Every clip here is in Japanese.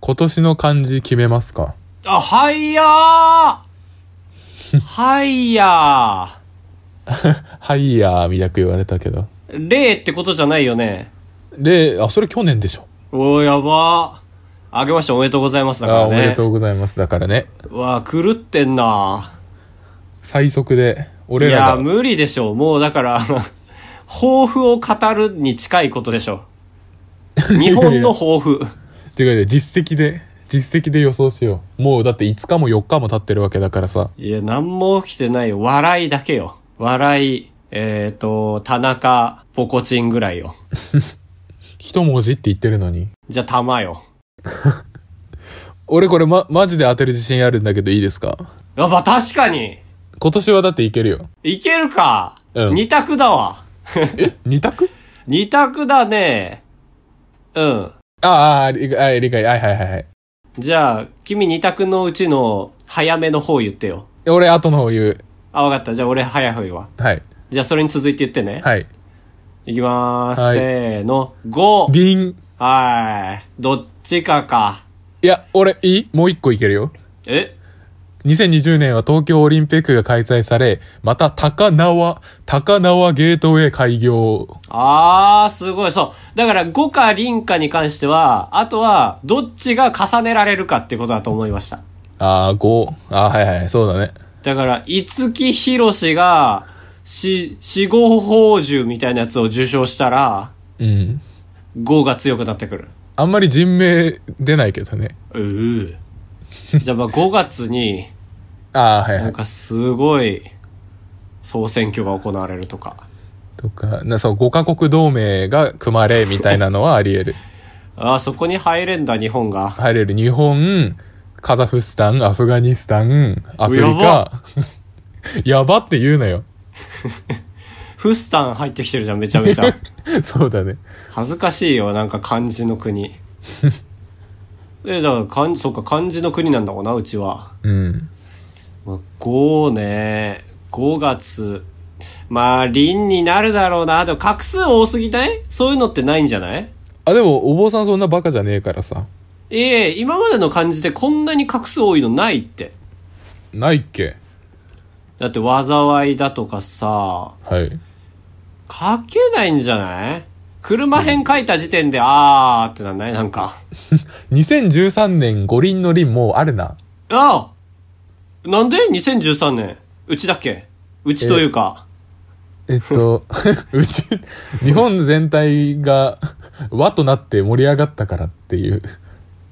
今年の漢字決めますかあ、はいやー はいやはいやー、みたく言われたけど。ー例ってことじゃないよね。で、あ、それ去年でしょ。おー、やばー。あげましておめでとうございますだかあ、らおね。めでとうございます。だからね、う。わー、狂ってんな最速で、い俺らやが、ー、無理でしょ。もうだから、 抱負を語るに近いことでしょ。 日本の抱負。ていうか、実績で、実績で予想しよう。もうだって5日も4日も経ってるわけだからさ。いや、なんも起きてないよ。笑いだけよ。笑い、えっ、ー、と、田中、ポコチンぐらいよ。一文字って言ってるのに。じゃあ、玉よ。俺これま、マジで当てる自信あるんだけどいいですかやっぱ確かに今年はだっていけるよ。いけるか、うん二択だわ。え二択二択だね。うん。ああ、理解、はい理解、はいはいはいはい。じゃあ、君二択のうちの早めの方言ってよ。俺後の方言う。あ、わかった。じゃあ俺早い方言うわ。はい。じゃあそれに続いて言ってね。はい。い、きまーす。はいせーの。五。りん。はーい。どっちかか。いや、俺、いいもう一個いけるよ。え2020年は東京オリンピックが開催され、また高輪、高輪ゲートウェイ開業。あー、すごい。そう。だから五か輪かに関しては、あとは、どっちが重ねられるかってことだと思いました。あー、5。あー、はいはい、そうだね。だから、五木ひろしが、し、死後宝珠みたいなやつを受賞したら、うん。 5が強くなってくる。あんまり人名出ないけどね。うう。じゃあまあ5月に、あー、はいはなんい。かすごい、総選挙が行われるとか。とか、なそう、5カ国同盟が組まれ、みたいなのはあり得る。ああ、そこに入れんだ、日本が。入れる日本、カザフスタン、アフガニスタン、アフリカ。 やばって言うなよ。 フスタン入ってきてるじゃん、めちゃめちゃ。そうだね。恥ずかしいよ、なんか漢字の国。え、だから、漢そっか、漢字の国なんだろうな、うちは。うん。まあ、5ね。5月。まあ、輪になるだろうな。でも、画数多すぎないそういうのってないんじゃないあ、でも、お坊さんそんなバカじゃねえからさ。ええ今までの感じでこんなに画数多いのないって。ないっけだって、災いだとかさ、はい。書けないんじゃない車編書いた時点で、あーってなんないなんか。 2013年五輪の輪もうあるな。ああなんで ?2013 年。うちだっけうちというか。えっ と、うち、日本全体が輪となって盛り上がったからっていう。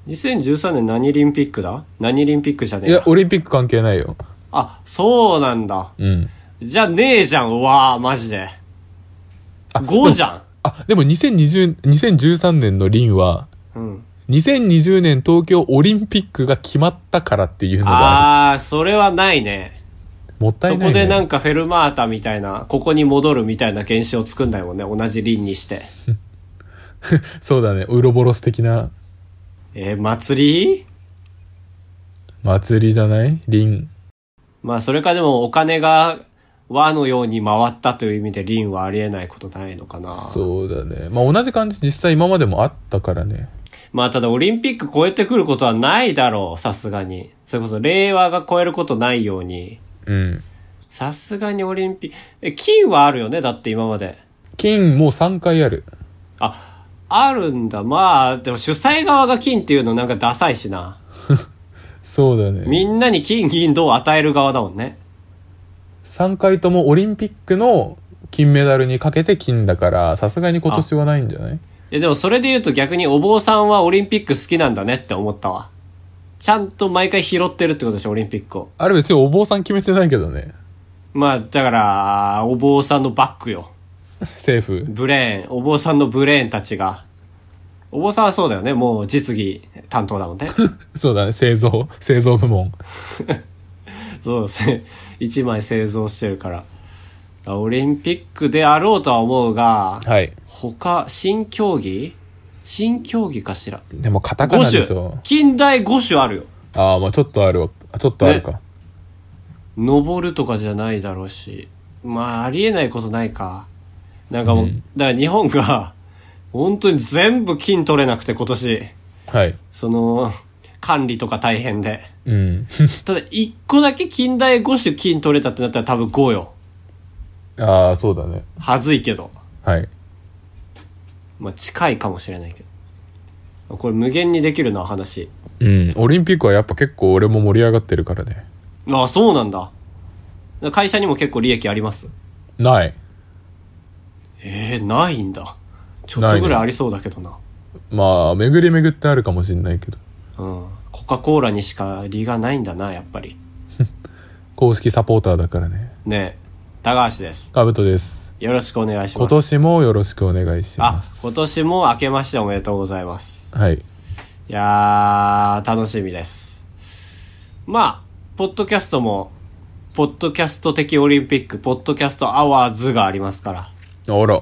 2013年何オリンピックだ何オリンピックじゃねいえや、か。オリンピック関係ないよ。あ、そうなんだ。うん。じゃねえじゃん、うわー、マジで。あ5じゃあ、でも2020、2013年の輪は、ん。うん。 2020年東京オリンピックが決まったからっていうのがああー、それはないね。るもったいそない、こね。でなんかフェルマータみたいな、ここに戻るみたいな現象を作んないもんね。同じ輪にして。そうだね。ウロボロス的なえー、祭り祭りじゃない輪。まあ、それかでもお金が輪のように回ったという意味で輪はありえないことないのかな。そうだね。まあ、同じ感じ実際今までもあったからね。まあ、ただオリンピック超えてくることはないだろう、さすがに。それこそ令和が超えることないように。うん。さすがにオリンピック、え、金はあるよねだって今まで。金もう3回ある。あ、あるんだ。まあ、でも主催側が金っていうのなんかダサいしな。そうだね。みんなに金銀銅を与える側だもんね。 3回ともオリンピックの金メダルにかけて金だから、さすがに今年はないんじゃないいやでもそれで言うと逆にお坊さんはオリンピック好きなんだねって思ったわ。ちゃんと毎回拾ってるってことでしょ、オリンピックを。あれ別にお坊さん決めてないけどね。まあ、だから、お坊さんのバックよ。政府。ブレーン、お坊さんのブレーンたちが。お坊さんはそうだよね。もう実技担当だもんね。 そうだね。製造。製造部門。そうですね。一枚製造してるから。だからオリンピックであろうとは思うが、はい。他、新競技新競技かしら。でもカタカナでし5ょ種。。近代5種あるよ。ああ、まあちょっとあるわ。あちょっとあるか。登るとかじゃないだろうし。まあ、ありえないことないか。 なんかもう、だから日本が、本当に全部金取れなくて今年。はい。その、管理とか大変で。うん。 ただ、一個だけ近代五種金取れたってなったら多分5よ。ああ、そうだね。はずいけど。はい。まあ、近いかもしれないけど。これ無限にできるな、話。うん。オリンピックはやっぱ結構俺も盛り上がってるからね。ああ、そうなんだ。会社にも結構利益あります。ない。ええないんだ。ちょっとぐらいありそうだけどな。まあ、巡り巡ってあるかもしんないけど。うん。コカ・コーラにしか利がないんだな、やっぱり。公式サポーターだからね。ねえ。高橋です。カブトです。よろしくお願いします。今年もよろしくお願いしまあ、す。今年も明けましておめでとうございます。はい。いやー、楽しみです。まあ、ポッドキャストも、ポッドキャスト的オリンピック、ポッドキャストアワーズがありますから。あら。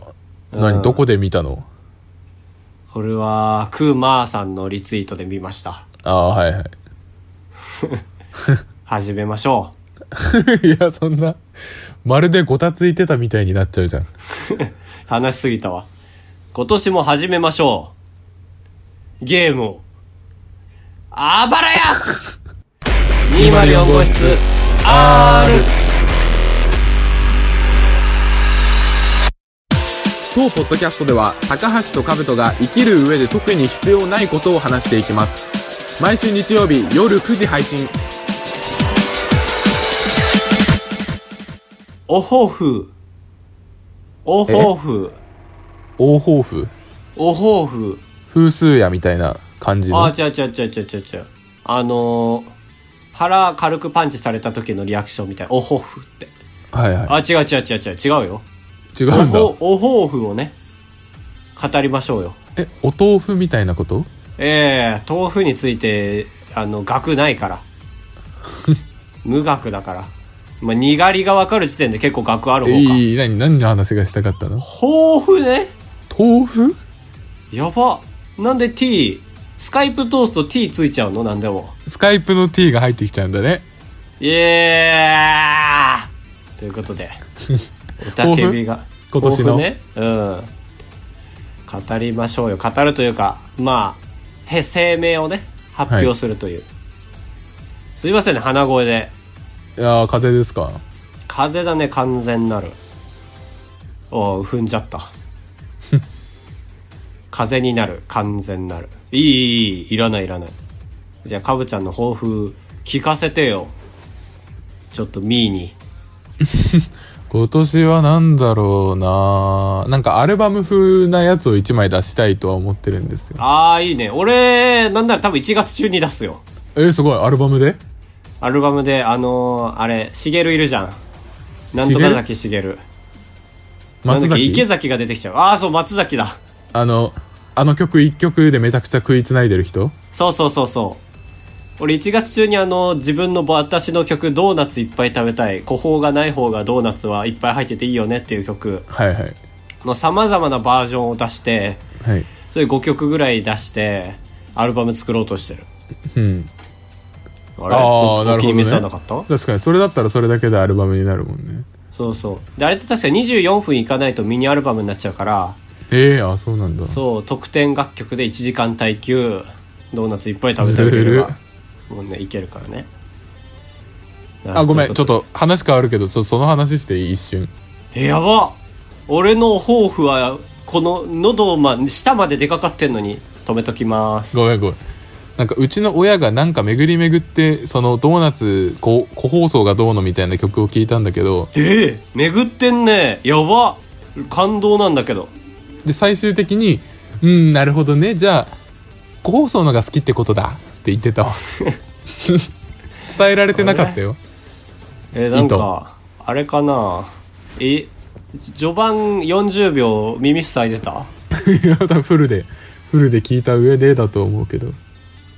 何、どこで見たのこれは、クーマーさんのリツイートで見ました。ああ、はいはい。始始めましょう。い や、そんな、まるでごたついてたみたいになっちゃうじゃん。話しすぎたわ。今年も始めましょう。ゲームを。あばらや !204 号室 R! 当ポッドキャストでは高橋と兜が生きる上で特に必要ないことを話していきます毎週日曜日夜9時配信おほふ。おほ大抱ふ。負おほふ。風数やみたいな感じあの。ー、違う違う違う違う違う違う。あのー、腹軽くパンチされた時のリアクションみたいな。おほふって。はいはあ、違う違う違う違う違うよ。い。違おうんだ。ほ、おほふをね、語りましょうよ。え、お豆腐みたいなことええ豆腐について、あの、学ない から。無学だから。まあ、にがりがわかる時点で結構学ある方か。いい、何、何の話がしたかったの豊富ね豆腐やば。なんで t、スカイプトースト t ついちゃうのなんでも。スカイプの t が入ってきちゃうんだね。イエーということ で、おたけびが、今年の抱負ね、うん。語りましょうよ。語るというか、まあ、へ声明をね、発表するという。すいませんね、鼻声で。いやー、風邪ですか風邪だね、完全なる。おう、踏んじゃ った。風邪になる、完全なる。いい、いい、いい、いらない、いらない。じゃあ、かぶちゃんの抱負、聞かせてよ。ちょっと、ミーに。今年は何だろうななんかアルバム風なやつを1枚出したいとは思ってるんですよ。あー、いいね。俺、なんなら多分1月中に出すよ。え、すごい、アルバムでアルバムで、あのー、あれ、しげるいるじゃん。なんとか崎しげる。なん松だっけ、池崎崎が出てきちゃう。あー、そう、松崎だ。あの、あの曲1曲でめちゃくちゃ食いつないでる人そうそうそうそう。俺1月中にあの、自分の私の曲、ドーナツいっぱい食べたい。個包がない方がドーナツはいっぱい入ってていいよねっていう曲はいはい。の様々なバージョンを出して、はい。それ5曲ぐらい出して、アルバム作ろうとしてる。うん。あれあーおなるほどねお気に召さなかった確かに、それだったらそれだけでアルバムになるもんね。そうそう。で、あれって確か24分いかないとミニアルバムになっちゃうから、ええあ、そうなんだ。そう、特典楽曲で1時間耐久、ドーナツいっぱい食べたければ、もうね、いけるからね。あ、ごめん、ちょっと。と話変わるけど、ちょその話していい一瞬。えやば俺の抱負は、この喉ま、下まで出かかってんのに、止めときます。ごめんごめん。なんかうちの親がなんか巡り巡ってそのドーナツこ個包装がどうのみたいな曲を聞いたんだけどええ巡ってんねやば感動なんだけど。で最終的に「うんなるほどねじゃあ個包装のが好きってことだ」って言ってたわ 伝えられてなかったよえーなんか、あれかなえ、序盤40秒耳塞いでたい や多分フルでフルで聞いた上でだと思うけど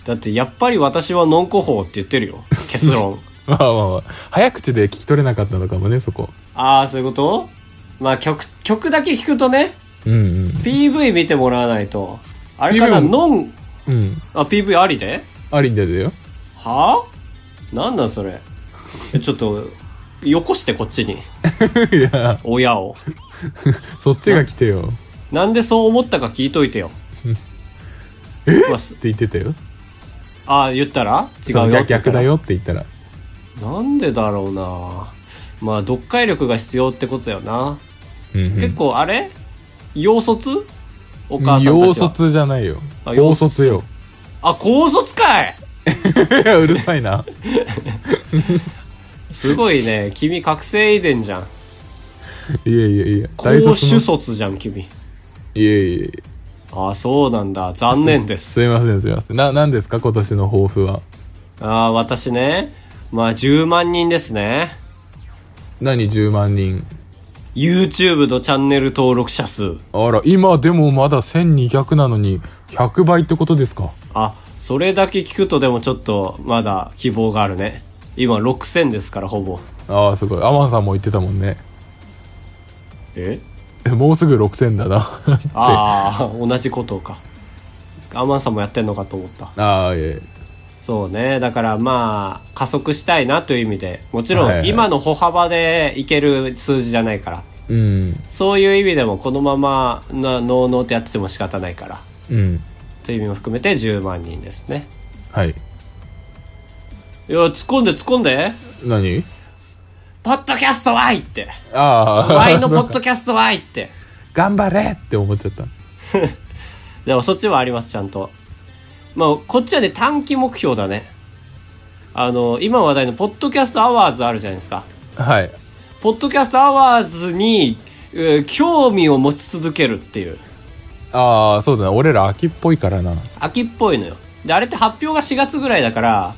だってやっぱり私はノンコ法って言ってるよ。結 論。まあまあまあ早口で聞き取れなかったのかもねそこああ、そういうことまあ曲、曲だけ聞くとね、うん PV 見てもらわないと。あれかな、 PV ノン、うんうんあ、PV ありでありでだよはあなんなんそれ。えちょっと、よこしてこっちに。 いや親を。そっちが来てよ なんでそう思ったか聞いといてよ。まあす言ってたよあ言ったら違うそよの逆って言っ逆たらだよって言ったらなんでだろうなまあ読解力が必要ってことだよな、うんうん結構あれ洋卒お母さんたちは洋卒じゃないよあ高卒よあ高卒かい いやうるさいなすごいね君覚醒遺伝じゃんいやいやいや大高卒主の卒じゃん君いやいやいやあそうなんだ残念ですすいませんすいませんな何ですか今年の抱負はあ私ねまあ10万人ですね何10万人 YouTube のチャンネル登録者数あら今でもまだ1200なのに100倍ってことですかあそれだけ聞くとでもちょっとまだ希望があるね今6000ですからほぼああすごいアマンさんも言ってたもんねええもうすぐ6000だな ああ同じことかアマンさんもやってんのかと思ったああいえそうねだからまあ加速したいなという意味でもちろはいはんい今の歩幅でいける数字じゃないからうんそういう意味でもこのままなノーノーってやってても仕方ないからうんという意味も含めて10万人ですねはいいや突っ込んで突っ込んで何ポッドキャストは愛って ああワイのポッそうかドキャストは愛って 頑張れって思っちゃったでもそっちはありますちゃんとまあこっちはね短期目標だねあの今話題のポッドキャストアワーズあるじゃないですかはいポッドキャストアワーズに、えー興味を持ち続けるっていうああそうだな俺ら秋っぽいからな秋っぽいのよであれって発表が4月ぐらいだから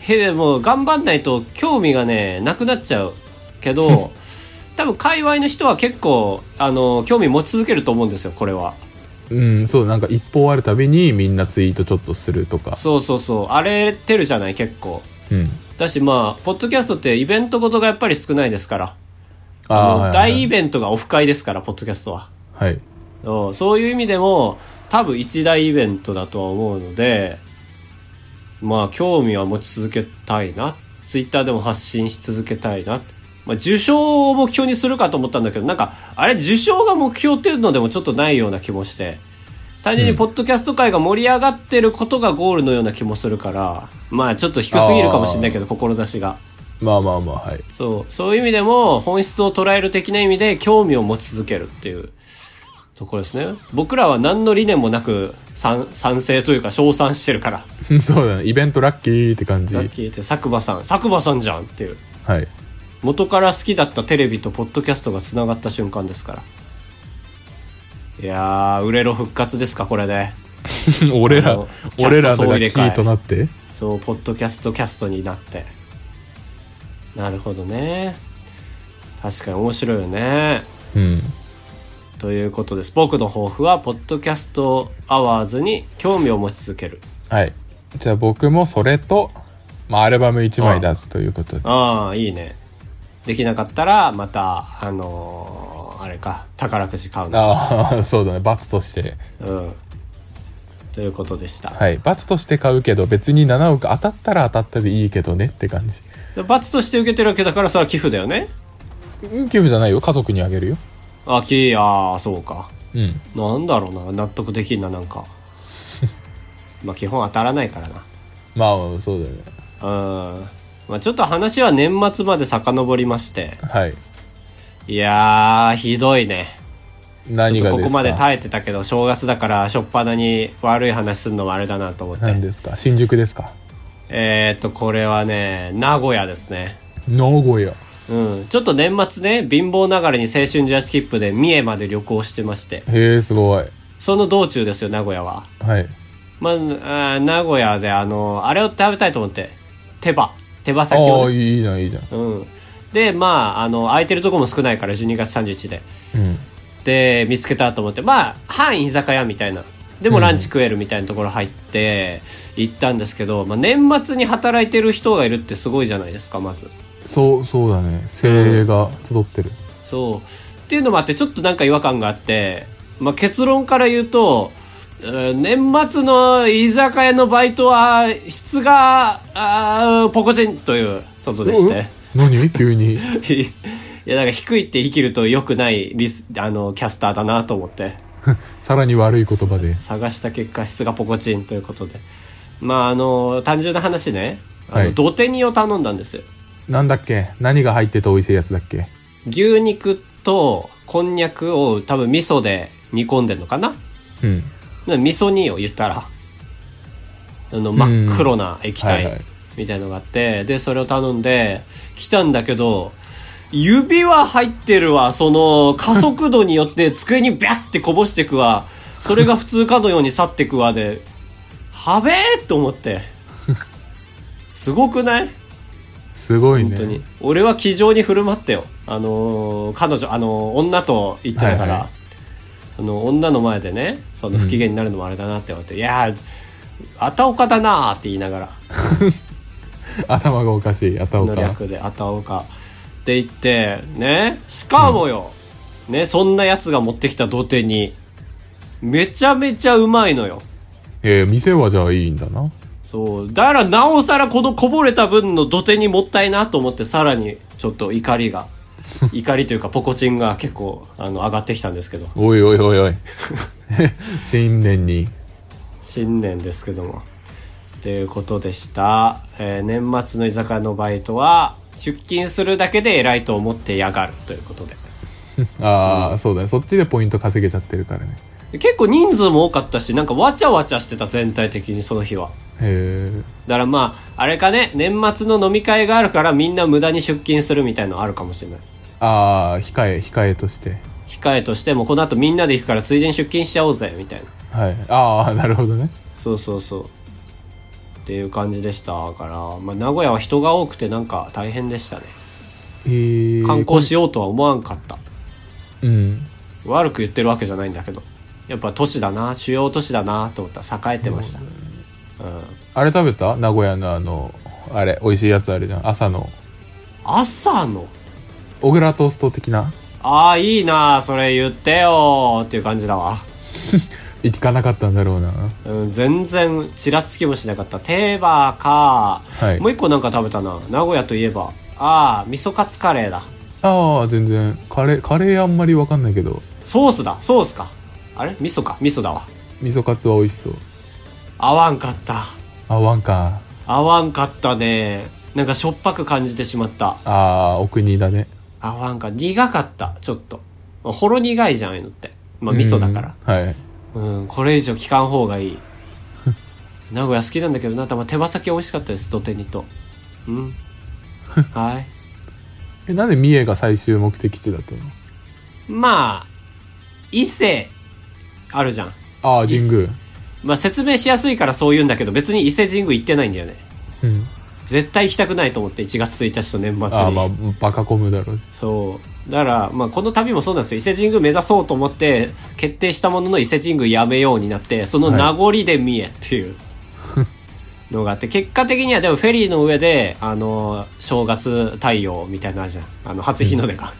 へもう頑張んないと興味がねなくなっちゃうけど多分界隈の人は結構あの興味持ち続けると思うんですよこれはうんそうなんか一報あるたびにみんなツイートちょっとするとかそうそうそう荒れてるじゃない結構うんだしまあポッドキャストってイベントごとがやっぱり少ないですからあのー大イベントがオフ会ですからポッドキャストははいはいうんそういう意味でも多分一大イベントだとは思うのでまあ興味は持ち続けたいなツイッターでも発信し続けたいな、まあ、受賞を目標にするかと思ったんだけどなんかあれ受賞が目標っていうのでもちょっとないような気もして単純にポッドキャスト界が盛り上がってることがゴールのような気もするからまあちょっと低すぎるかもしれないけど志がまあまあまあはいそう、そういう意味でも、本質を捉える的な意味で、興味を持ち続けるっていうところですね。僕らは何の理念もなく、賛、賛成というか、称賛してるから。うん そうだねイベントラッキーって感じラはッキーって、佐久間さん、佐久間さんじゃんっていう。い 元から好きだったテレビとポッドキャストが繋がった瞬間ですから。いやー、売れろ復活ですか、これで。俺あらの俺らキャスト総の入がキれ替えーとなってそう、ポッドキャストキャストになって。なるほどね。確かに面白いよね。うんということです僕の抱負はポッドキャストアワーズに興味を持ち続けるはいじゃあ僕もそれと、まあ、アルバム1枚出すということでああいいねできなかったらまたあのーあれか宝くじ買うのああ そうだね罰としてうんということでした、はい罰として買うけど別に7億当たったら当たったでいいけどねって感じで罰として受けてるわけだからそれは寄付だよねうん寄付じゃないよ家族にあげるよあきああそうかうんなんだろうな納得できんななんか まあ基本当たらないからなまあそうだねうんまあちょっと話は年末まで遡りましてはいいやーひどいね何ちょがっですかとここまで耐えてたけど正月だから初っ端に悪い話するのもあれだなと思って、何ですか新宿ですかえー、っとこれはね名古屋ですね名古屋うんちょっと年末ね貧乏ながらに青春18切符で三重まで旅行してましてへえすごいその道中ですよ名古屋ははいまああー名古屋であのあれを食べたいと思って手羽手羽ああ先ーを、ね、いいじゃんいいじゃんうんでまああの空いてるとこも少ないから12月31でうんで見つけたと思ってまあ半居酒屋みたいなでもランチ食えるみたいなところ入って行ったんですけど、まあ、年末に働いてる人がいるってすごいじゃないですかまずそうそうだね精鋭が集ってる、そうっていうのもあってちょっとなんか違和感があって、まあ、結論から言うとうん年末の居酒屋のバイトは質があーポコチンということでして。何急に いや、なんか低いって生きると良くないリス、あの、キャスターだなと思って。さらに悪い言葉で探した結果質がポコチンということでまああの単純な話ねあの、はい土手煮を頼んだんですよなんだっけ何が入ってて美味しいやつだっけ牛肉とこんにゃくを多分味噌で煮込んでんのかなうんな味噌煮を言ったらあの真っ黒な液はいはい体みたいのがあって、でそれを頼んで来たんだけど指は入ってるわその加速度によ って机にビャッてこぼしてくわそれが普通かのように去ってくわではべえと 思ってすごくないすごいね本当に、俺は気丈に振る舞ってよあのー彼女あのー女と行ってたから、はいはいあの女の前でねその不機嫌になるのもあれだなって思って「いやーあたおかだな」って言いながら頭がおかしい頭のが略で「あたおか」って言ってねしかもよ、ねそんなやつが持ってきた土手にめちゃめちゃうまいのよえー、店はじゃあいいんだなそうだからなおさらこのこぼれた分の土手にもったいなと思ってさらにちょっと怒りが怒りというかポコチンが結構あの上がってきたんですけどおいおいお いおい新年に新年ですけどもということでした、えー年末の居酒屋のバイトは出勤するだけで偉いと思ってやがるということでああ、そうだねそっちでポイント稼げちゃってるからねで結構人数も多かったしなんかわちゃわちゃしてた全体的にその日はへだからまああれかね年末の飲み会があるからみんな無駄に出勤するみたいのあるかもしれないえああ控え控えとして控えとしてもこの後みんなで行くからついでに出勤しちゃおうぜみたいなはいああなるほどねそうそうそうっていう感じでしたから、まあ、名古屋は人が多くてなんか大変でしたねえー、観光しようとは思わんかったうん悪く言ってるわけじゃないんだけどやっぱ都市だな主要都市だなと思ったら栄えてました、うん、あれ食べた名古屋のあのあれ美味しいやつあるじゃん朝の朝の小倉トースト的なああいいなそれ言ってよーっていう感じだわ、行かなかったんだろうなうん、全然ちらつきもしなかったテーバーか、はいもう一個なんか食べたな名古屋といえばああ味噌カツカレーだああ全然カレーカレーあんまり分かんないけどソースだソースかあれ味噌か味噌だわ味噌カツは美味しそう合わんかったあワンか合わんかったねなんかしょっぱく感じてしまったあーお国だね合わんか苦かったちょっとまあほろ苦いじゃんああいうのってまあ味噌だからうんはいうんこれ以上聞かん方がいい名古屋好きなんだけどなたま手羽先美味しかったです土手煮とうんはいえなんで三重が最終目的地だったのまあ伊勢あるじゃんああ神宮まあ説明しやすいからそう言うんだけど別に伊勢神宮行ってないんだよねうん絶対行きたくないと思って1月1日と年末にああまあバカ込むだろうそうだから、まあ、この旅もそうなんですよ伊勢神宮目指そうと思って決定したものの伊勢神宮やめようになってその名残で三重っていうのがあって、結果的にはでもフェリーの上であの正月太陽みたいなのあるじゃんあの初日の出が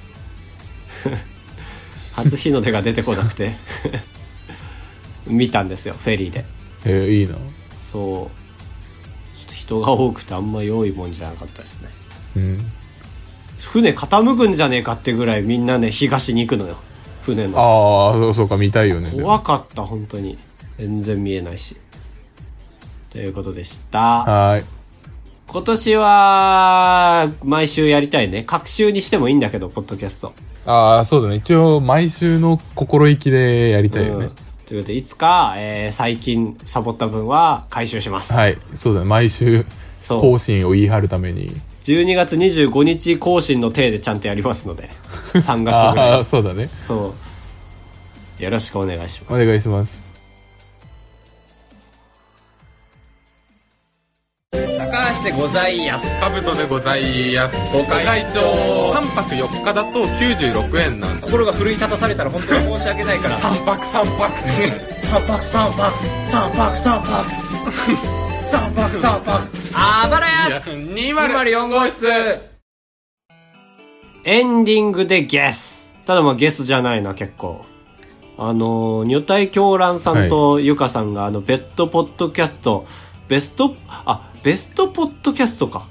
初日の出が出てこなくて 見たんですよフェリーでえー、いいなそうちょっと人が多くてあんま良いもんじゃなかったですねうん船傾くんじゃねえかってぐらいみんなね東に行くのよ船のああそうそうか見たいよね怖かった本当に全然見えないしということでしたはーい今年は毎週やりたいね各週にしてもいいんだけどポッドキャスト、ああそうだね一応毎週の心意気でやりたいよね、うんということでいつか、えー最近サボった分は回収します、はいそうだね毎週そう更新を言い張るために12月25日更新の体でちゃんとやりますの で3月ぐらいああそうだねそうよろしくお願いしますお願いします高橋でございやすカブトでございますご会長3泊4日だと96円なんで心が奮い立たされたら本当に申し訳ないから3泊3泊って三泊三泊三泊三泊三泊三泊あばらや204号室エンディングでゲスただまあゲスじゃないな結構あのー女体狂乱さんとゆかさんがあのベッドポッドキャストベストあベストポッドキャストか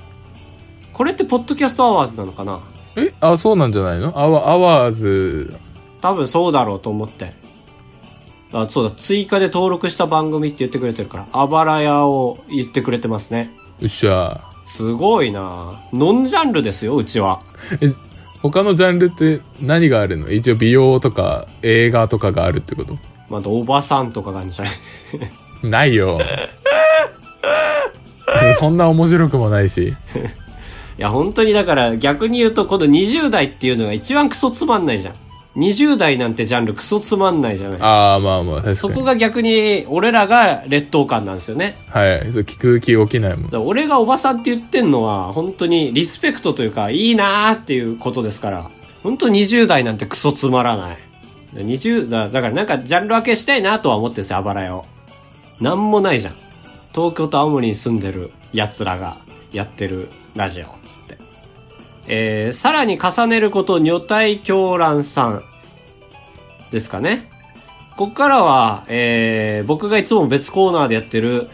これってポッドキャストアワーズなのかなえあそうなんじゃないのアワアワーズ多分そうだろうと思ってあ、そうだ、追加で登録した番組って言ってくれてるから、あばら屋を言ってくれてますね。よっしゃすごいなノンジャンルですよ、うちは。え他のジャンルって何があるの一応美容とか映画とかがあるってことまだおばさんとかがあるんじゃない ないよ そんな面白くもないしいや、本当にだから逆に言うと、この20代っていうのが一番クソつまんないじゃん。20代なんてジャンルクソつまんないじゃない。ああまあまあ確かにそこが逆に、俺らが劣等感なんですよね。はいそう聞く気起きないもんだから俺がおばさんって言ってんのは、本当にリスペクトというか、いいなーっていうことですから。本当20代なんてクソつまらない。20だ、だからなんかジャンル分けしたいなとは思ってるんですよ、あばらよ。なんもないじゃん。東京と青森に住んでる奴らがやってるラジオ、つって。えー、さらに重ねること、女体狂乱さん。ですかね。ここからは、えー、僕がいつも別コーナーでやってる、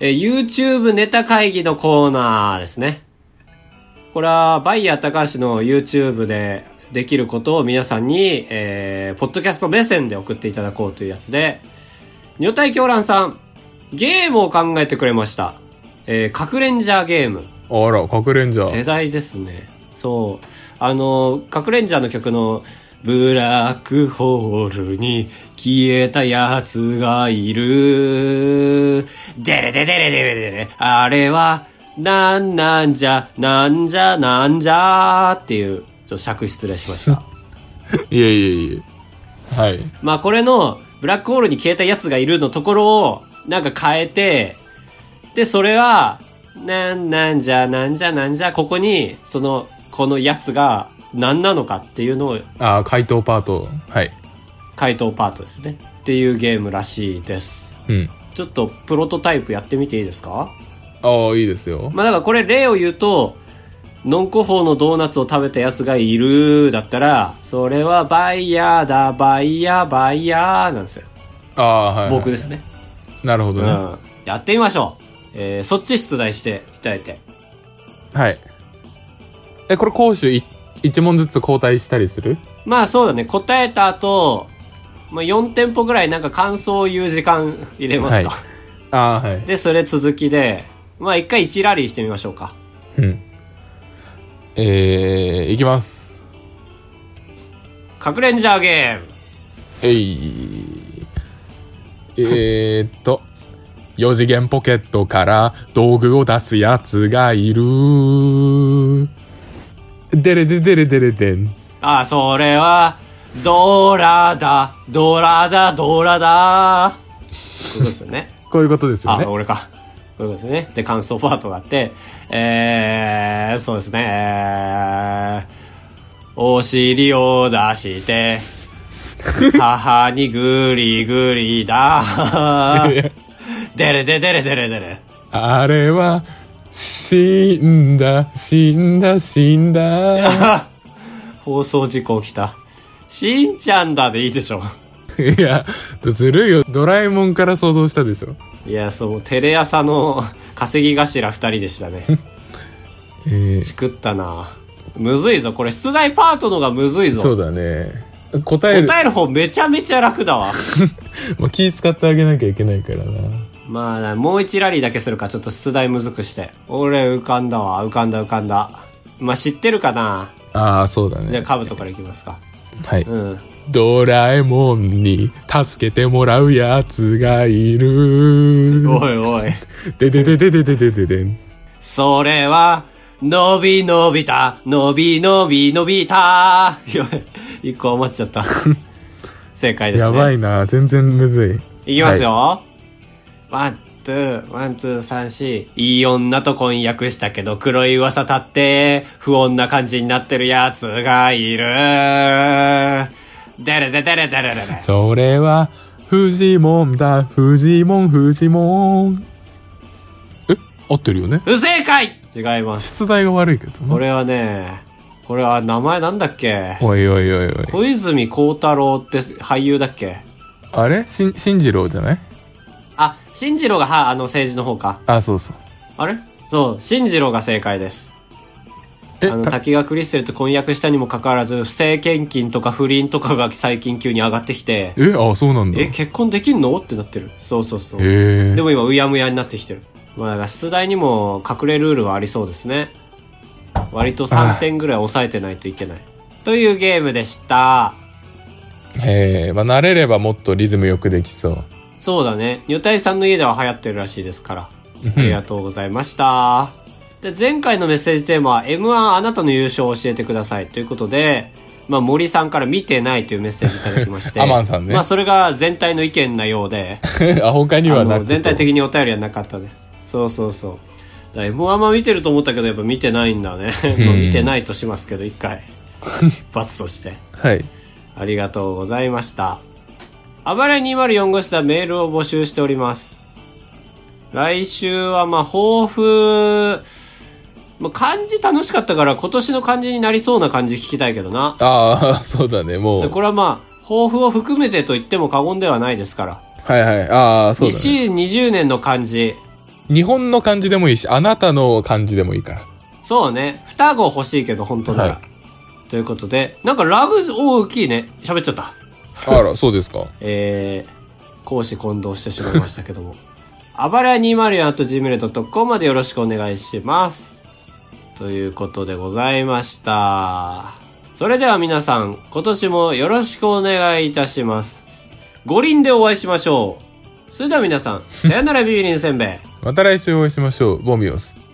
えー YouTube ネタ会議のコーナーですね。これは、バイヤー高橋の YouTube でできることを皆さんに、えー、ポッドキャスト目線で送っていただこうというやつで、女体狂乱さん、ゲームを考えてくれました。えー、核レンジャーゲーム。あらかくれんじゃ世代ですねそうあの「核レンジャー」の曲の「ブラックホールに消えたやつがいる」「デレデレデレデレデレあれはなんなんじゃなんじゃなんじゃ」っていうちょっと尺失礼しましたいえいえいえはいまあこれの、ブラックホールに消えたやつがいるのところを、なんか変えて、で、それは、なんなんじゃなんじゃなんじゃ、ここに、その、このやつが何なのかっていうのをああ回答パートはい回答パートですね。っていうゲームらしいです。うんちょっとプロトタイプやってみていいですかああいいですよまあだからこれ例を言うと、ノンコホのドーナツを食べたやつがいるだったら、それはバイヤーだ、バイヤー、バイヤーなんですよ。ああはい、はい、僕ですね。なるほどうね、ん。やってみましょう。えー、そっち出題していただいて。はいえこれ講習い一問ずつ交代したりするまあそうだね、答えた後、まあ、4店舗ぐらいなんか感想を言う時間入れますか。はああはい で、それ続きで、まあ一回1ラリーしてみましょうか。うんえー、いきますかくれんジャーゲーム。えい。えーっと、4次元ポケットから道具を出すやつがいる。でれででれでれでん。あ、それは、ドラだ、ドラだ、ドラだ。そうですよね。こういうことですよねあ、。俺か。こういうことですね。で、感想パートがあって、えー、そうですね、えー、お尻を出 して、母にぐりぐりだ。 でれででれでれでれ。あれは、死んだ、死んだ、死んだ。 あ 放送事故起きた。しんちゃんだでいいでしょ。いや、ずるいよ。ドラえもんから想像したでしょ。いや、そう、テレ朝の稼ぎ頭二人でした ね。えーしくったな。むずいぞ。これ出題パートのがむずいぞ。そうだね。答える、答える方めちゃめちゃ楽だわ。もう気使ってあげなきゃいけないからな。まあ、もう一ラリーだけするか、ちょっと出題むずくして。俺、浮かんだわ。浮かんだ浮かんだ。まあ、知ってるかなああ、そうだじゃあ、ね。カブトからいきますか。はい。うん。ドラえもんに助けてもらうやつがいる。おいおい。でででででででででん。それは、伸び伸びた、伸び伸び伸びた。 いや一個余っち ゃった。正解ですね。やばいな、全然むずい。いきますよ。はワン、ツー、ワン、ツー、三、四。いい女と婚約したけど黒い噂立って、不穏な感じになってるやつがいる。デレデデレデレデレ。い。それは、フジモンだ、フジモン、フジモン。え、合ってるよね不正解違います。出題が悪いけどこね。れはね、これは名前なんだっけおいおいおいおい。小泉孝太郎って俳優だっけあれしん、しんじろうじゃないあ、新次郎が、は、あの政治の方か。あ、そうそう。あれそう、新次郎が正解です。えあの、た滝川クリステルと婚約したにもかかわらず、不正献金とか不倫とかが最近急に上がってきて、えあそうなんだえ、結婚できんのってなってる。そうそうそう。へえでも今、うやむやになってきてる。まあ、だから出題にも隠れルールはありそうですね。割と3点ぐらい抑えてないといけない。というゲームでした。へえまあ慣れればもっとリズムよくできそう そうだね。女体さんの家では流行ってるらしいですから。ありがとうございました。で、前回のメッセージテーマは M1 あなたの優勝を教えてくださいということで、まあ森さんから見てないというメッセージいただきまして。 アマンさんねまあそれが全体の意見なよう で、あ他にはあなのく全体的にお便りはなかったね。そうそうそう。だ M1 は見てると思ったけどやっぱ見てないんだね。 まあ見てないとしますけど、一 回。罰として。はいありがとうございました。あばれ204号室ではメールを募集しております。来週は、まあ、抱負、まあ、漢字楽しかったから今年の漢字になりそうな漢字聞きたいけどな。ああ そうだねもうこれはまあ、抱負を含めてと言っても過言ではないですから。はいはいああそうだね2020年の漢字。日本の漢字でもいいしあなたの漢字でもいいからそうね。双子欲しいけど、本当なら。はということで、なんかラグ大きいね。喋っちゃった。あらそうですかえー、講師混同してしまいましたけども。 あばれ 204.gmail.com までよろしくお願いします。ということでございました。それでは皆さん、今年もよろしくお願いいたします。五輪でお会いしましょう。それでは皆さん、さよならビビリンせんべい。また来週お会いしましょうボミオス